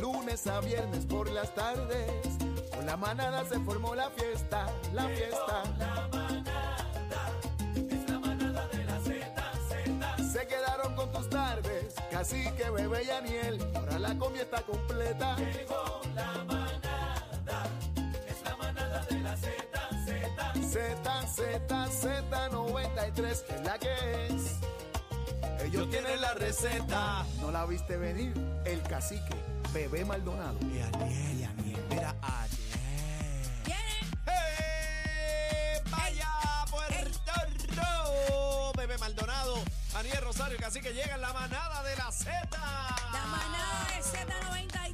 lunes a viernes por las tardes. Con la manada se formó la fiesta, la fiesta. La manada, es la manada de la Z, Z. Se quedaron con tus tardes, cacique, bebé y Aniel. Ahora la comida está completa. Llegó la manada, es la manada de la Z, Z. ZZZ93 es la que es. Ellos tienen la receta. No la viste venir, el cacique, bebé Maldonado. Y Aniel, y Aniel, mira Aniel. Viene ¡Eh! ¡Vaya Puerto Rico! Bebé Maldonado, Aniel Rosario, casi que llega la manada de la Z. la manada de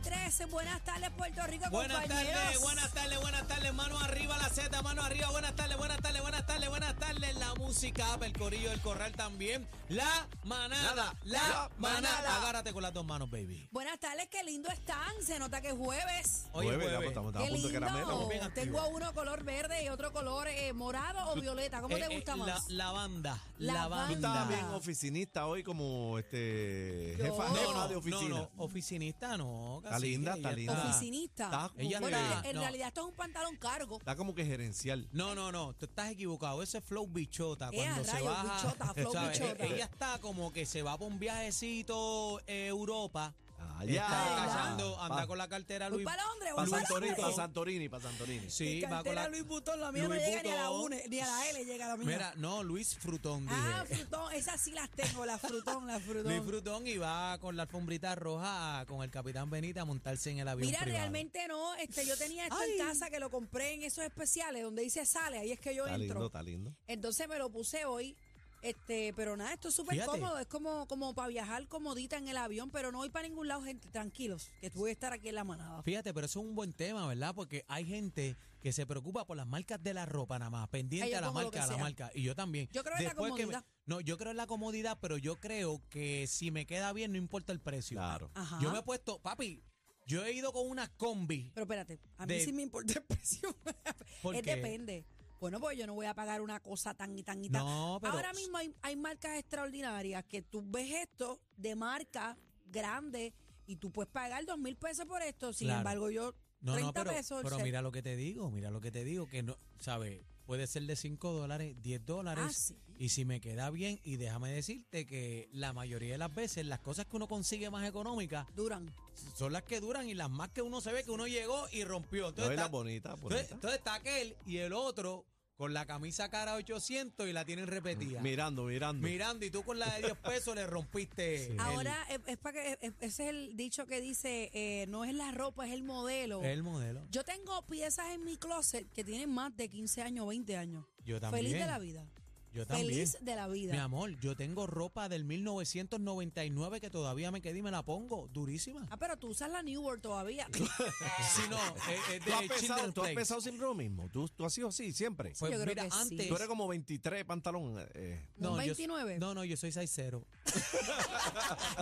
Z93. Buenas tardes, Puerto Rico. Buenas compañeros. tardes, buenas tardes, buenas tardes. Mano arriba la Z, mano arriba. Buenas tardes, buenas tardes, buenas tardes, buenas tardes. La música, app, el corillo, el corral también. La manada, Nada, la, la manada. manada. Agárrate con las dos manos, baby. Buenas tardes, qué lindo están. Se nota que es jueves. Hoy es Jueves, jueves. estamos- estamos Qué a punto lindo. de caramelo. Bien Tengo activo. uno color verde y otro color eh, morado o violeta. ¿Cómo Eh, te eh, gusta la, más? la banda, La la, banda. Tú estabas bien banda. oficinista hoy como este Yo. jefa, No, jefa No, de no, oficina. no, oficinista no. Está cacique, linda, está ella linda. Oficinista. Está- Ella bueno, está- en no. realidad esto es un pantalón cargo. Está como que gerencial. No, no, no, tú estás equivocado. Ese es flow bichota. Eh, Cuando a se rayos, baja. bichota, flow ¿sabes? bichota. Ella está como que se va por un viajecito eh, Europa. Ah, Está ya. cazando, anda Pa- con la cartera Voy Luis. para Londres, voy Pa' para Santorini, Londres. pa' Santorini, pa' Santorini. Sí, Mi va con cartera la. Luis Butón, la mía no Louis llega ni a la Vuitton. UNE, ni a la L llega la mía. Mira, no, Luis Frutón, dije. ah, frutón, esas sí las tengo, las frutón, las frutón. Luis Frutón y va con la alfombrita roja con el Capitán Benita a montarse en el avión Mira, privado. realmente no, este, yo tenía esto en casa que lo compré en esos especiales donde dice sale, ahí es que yo Está entro. lindo, está lindo. Entonces me lo puse hoy. Este, pero nada, esto es súper Fíjate. cómodo, es como, como para viajar comodita en el avión, pero no voy para ningún lado, gente, tranquilos, que tú voy a estar aquí en la manada. Fíjate, pero eso es un buen tema, ¿verdad? Porque hay gente que se preocupa por las marcas de la ropa nada más, pendiente Ay, yo a la pongo lo marca, que a la sea. marca. Y yo también. Yo creo en la que me- comodidad. no, yo creo en la comodidad, pero yo creo que si me queda bien, no importa el precio. Claro. Ajá. Yo me he puesto, papi, yo he ido con una combi. Pero espérate, a mí De- sí me importa el precio. ¿Por es qué? depende. Bueno, pues yo no voy a pagar una cosa tan y tan y tan. No, pero- Ahora mismo hay, hay marcas extraordinarias que tú ves esto de marca grande y tú puedes pagar dos mil pesos por esto. Sin Claro. embargo, yo No, 30 no, pero, pesos. pero se- mira lo que te digo, mira lo que te digo, que no, ¿sabes? Puede ser de 5 dólares, 10 dólares. Ah, sí. Y si me queda bien, y déjame decirte que la mayoría de las veces las cosas que uno consigue más económicas Duran. son las que duran y las más que uno se ve que uno llegó y rompió. No, Entonces, es la está, bonita, entonces, bonita. entonces está aquel y el otro con la camisa cara 800 y la tienen repetida. Mirando, mirando. Mirando y tú con la de 10 pesos le rompiste. el- Ahora, es, es para que, es- ese es el dicho que dice: eh, no es la ropa, es el modelo. el modelo. Yo tengo piezas en mi closet que tienen más de 15 años, 20 años. Yo también. Feliz de la vida. Yo también. Feliz de la vida. Mi amor, yo tengo ropa del 1999 que todavía me quedé y me la pongo. Durísima. Ah, pues, pero tú usas la New World todavía. Si no, es, es ¿Tú has, de pesado, Children's tú has Place. pesado siempre lo mismo. Tú, tú has sido así siempre. Pues Yo creo mira, que sí. antes. tú eres como 23 pantalón. eh, ¿Un yo- 29? no, no, yo soy 6'0.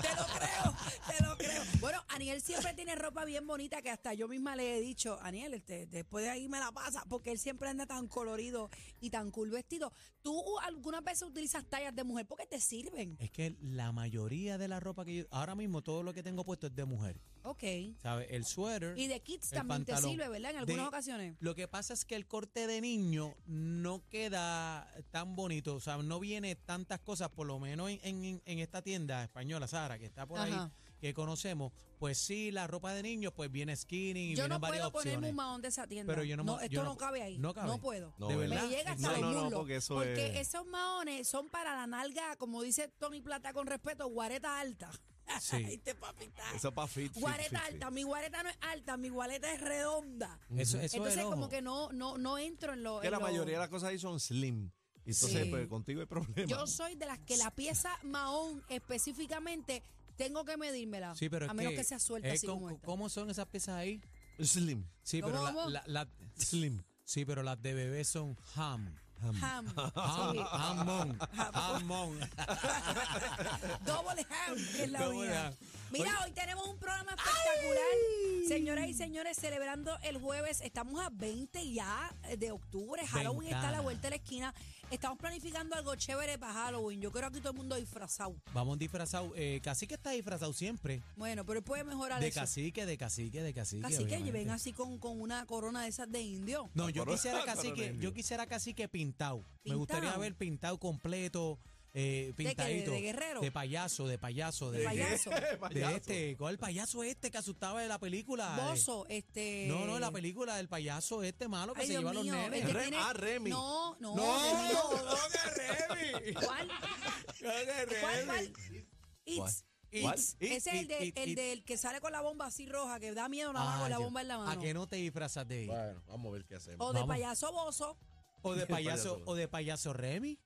te lo creo, te lo creo. Bueno, Aniel siempre tiene ropa bien bonita que hasta yo misma le he dicho, Aniel, este, después de ahí me la pasa, porque él siempre anda tan colorido y tan cool vestido. ¿Tú algunas veces utilizas tallas de mujer porque te sirven? Es que la mayoría de la ropa que yo. Ahora mismo todo lo que tengo puesto es de mujer. Ok. ¿Sabes? El suéter. Y de kids el también te pantalón. sirve, ¿verdad? En algunas De- ocasiones. Lo que pasa es que el corte de niño no queda tan bonito, o sea, no viene tantas cosas, por lo menos en, en- en esta tienda española, Sara, que está por Ajá. ahí, que conocemos, pues sí, la ropa de niños, pues viene skinny y Yo vienen no varias puedo ponerme opciones. un mahón de esa tienda. Pero yo no no ma- esto yo no, no- cabe ahí. No, no cabe. puedo. No, de ¿verdad? Me verdad. llega hasta No, los no, no, muslos, porque eso es- esos maones son para la nalga, como dice Tony Plata con respeto, guareta alta. Sí. ¿Viste, papita? Ah. Eso es para fit. fit, Guareta fit, fit. alta, mi guareta no es alta, mi guareta es redonda. Eso, eso es Entonces el como ojo. que no, no, no entro en lo... Que en la lo- mayoría de las cosas ahí son slim. Y entonces, Sí. pues contigo hay problema. Yo soy de las que la pieza mahón específicamente tengo que medírmela. Sí, pero a es menos que, que, sea suelta es así con- como esta. ¿Cómo son esas piezas ahí? Slim. Sí, ¿Cómo, pero la- cómo? la- la- Slim. sí, pero las de bebé son ham. Ham. Ham, Sí. hamón, hamón. Double ham, que es la Double vida. ham. Mira, hoy tenemos un programa espectacular. Señoras y señores, celebrando el jueves, estamos a 20 ya eh, de octubre. Halloween está a la Ventana. vuelta de la esquina. Estamos planificando algo chévere para Halloween. Yo creo que todo el mundo disfrazado. Vamos disfrazado. Eh, cacique está disfrazado siempre. Bueno, pero él puede mejorar De eso. cacique, de cacique, de cacique. Así que obviamente. ven así con, con una corona de esas de indio. No, La yo corona- quisiera la corona cacique, indio. yo quisiera cacique pintado. Me Pintado. gustaría ver pintado completo, eh, qué? ¿De- pintadito. de guerrero? De payaso, de payaso, de, este, ¿De payaso? de este, ¿cuál payaso este que asustaba de la película? Eh, Bozo, este. No, no, la película del payaso este malo que Ay, se Dios lleva a mío, los el que nenes. Rem- tiene- ah, Remy. No, no. No, Remy no, que Remy. ¿Cuál? Que ¿Cuál? Remy. ¿Cuál? It's. ¿Cuál? It's. It, Ese es el, it, de- it, el it. del que sale con la bomba así roja, que da miedo nada más Ah, con la yo. bomba en la ¿A mano. que no te disfrazas de ella? Bueno, vamos a ver qué hacemos. O de Vamos. payaso bozo. O de payaso, Payaso. o de payaso Remy.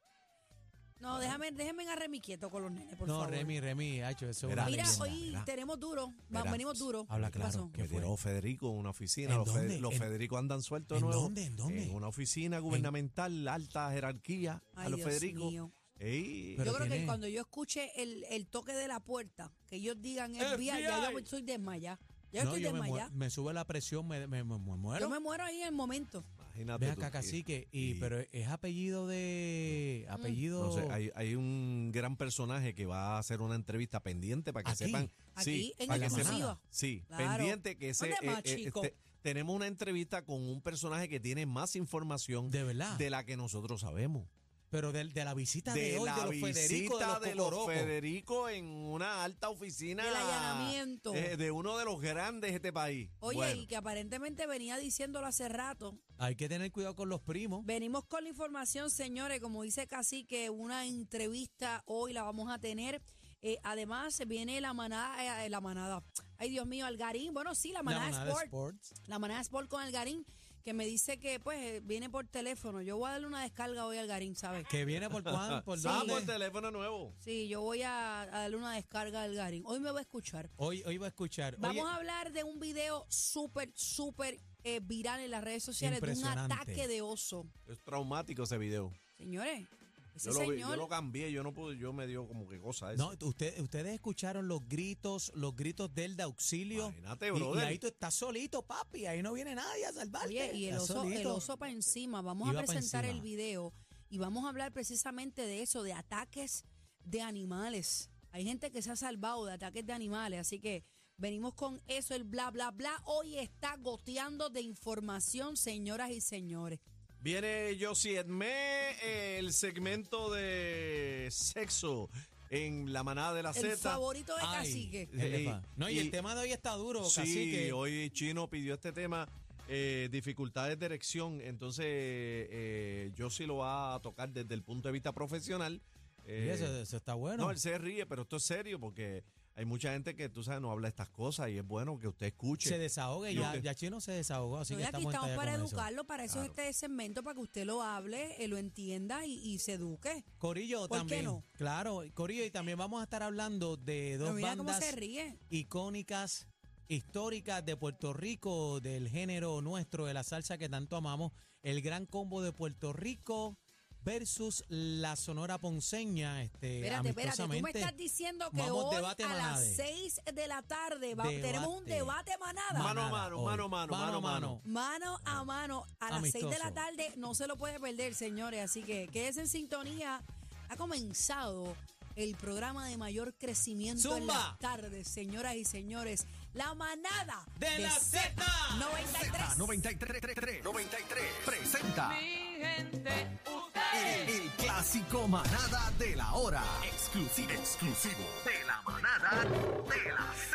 No, déjame, déjenme a Remy quieto con los nenes, por No, favor. Remy, Remy, ha hecho eso. es Mira, una Mira, leyenda. hoy mira. tenemos duro. va- Mira, venimos duro. habla ¿Qué claro. pasó? ¿Qué Me fue? tiró Oh, Federico en una oficina. ¿En los Fede- dónde? los ¿En- Federico andan sueltos de en nuevo. dónde? ¿En dónde? una oficina gubernamental, alta jerarquía. a Ay, los Dios Federico. mío. Ey, Pero yo creo que tiene- cual- cuando yo escuche el, el toque de la puerta, que ellos digan el día, ya yo estoy desmayada. Ya No, estoy yo me, desmayada. muero- me sube la presión, me, me- me- me Yo muero. me muero ahí en el momento. imagínate Ve tú. acá, cacique. Y, y- pero es apellido de. Apellido. No sé, hay, hay un gran personaje que va a hacer una entrevista pendiente para que Aquí, sepan. aquí, sí, en para que exclusiva. sepan. Sí, Claro. pendiente que ese. ¿Dónde más, eh, eh, chico? este- tenemos una entrevista con un personaje que tiene más información de verdad. de la que nosotros sabemos. pero de, de la visita de, de, hoy, la de los Federico, de visita los, de los, Cocorocos. Federico en una alta oficina. Del allanamiento. eh, de uno de los grandes de este país. Oye, Bueno, y que aparentemente venía diciéndolo hace rato. Hay que tener cuidado con los primos. Venimos con la información, señores. Como dice Casi, que una entrevista hoy la vamos a tener. Eh, además, viene la manada, eh, la manada. Ay, Dios mío, Algarín. Bueno, sí, la La manada, manada de Sport. Sports. La manada Sport con Algarín, que me dice que pues eh, viene por teléfono. Yo voy a darle una descarga hoy a Algarín, ¿sabes? Que viene por cuán, por ah, dónde. por teléfono nuevo. Sí, yo voy a, a darle una descarga a Algarín. Hoy me voy a escuchar. Hoy, hoy va a escuchar. Vamos Oye, a hablar de un video súper, súper eh, viral en las redes sociales de un Impresionante. ataque de oso. Es traumático ese video. Señores, ese Yo lo, vi- señor... yo lo cambié, yo no pude, yo me dio como que cosa eso. No, usted- ustedes escucharon los gritos, los gritos del de auxilio. Imagínate, Y- y, brother. ahí tú estás solito, papi. Ahí no viene nadie a salvarte. Oye, y el Estás oso, el solito. oso para encima. Vamos Iba a pa' presentar el encima. video y vamos a hablar precisamente de eso, de ataques de animales. Hay gente que se ha salvado de ataques de animales, así que venimos con eso, el bla, bla, bla. Hoy está goteando de información, señoras y señores. Viene Josiedme, el segmento de sexo en la manada de la El Z. favorito de Ay, Cacique. el de Ey, pa- no, y, y- el tema de hoy está duro, Sí, cacique. hoy Chino pidió este tema, eh, dificultades de erección. Entonces, eh, yo sí lo va a tocar desde el punto de vista profesional. Y Eh, eso, eso está bueno. No, él se ríe, pero esto es serio porque hay mucha gente que, tú sabes, no habla estas cosas y es bueno que usted escuche. se desahogue, Yo ya, te- ya Chino se desahogó, así No, que y aquí estamos, en estamos talla para con eso. educarlo, para eso es Claro. este segmento, para que usted lo hable, eh, lo entienda y, y se eduque. Corillo ¿Por qué también. no? Claro, Corillo, y también vamos a estar hablando de Pero dos mira cómo bandas se ríe. icónicas, históricas de Puerto Rico, del género nuestro, de la salsa que tanto amamos, el gran combo de Puerto Rico versus la Sonora Ponceña, este, Espérate, espérate, tú me amistosamente. estás diciendo que Vamos, hoy debate a las manade. 6 de la tarde va- tenemos un Debate. debate manada. Mano Manada, a mano, hoy. mano a mano, mano a mano. Mano a mano, a las 6 de la Amistoso. tarde no se lo puede perder, señores. Así que quédese en sintonía. Ha comenzado el programa de mayor crecimiento en Zumba. las tardes, señoras y señores. La manada De la Zeta. 93. 93 93 presenta Mi gente, el, ustedes. el clásico manada de la hora. Exclusivo. Exclusivo. De la manada de la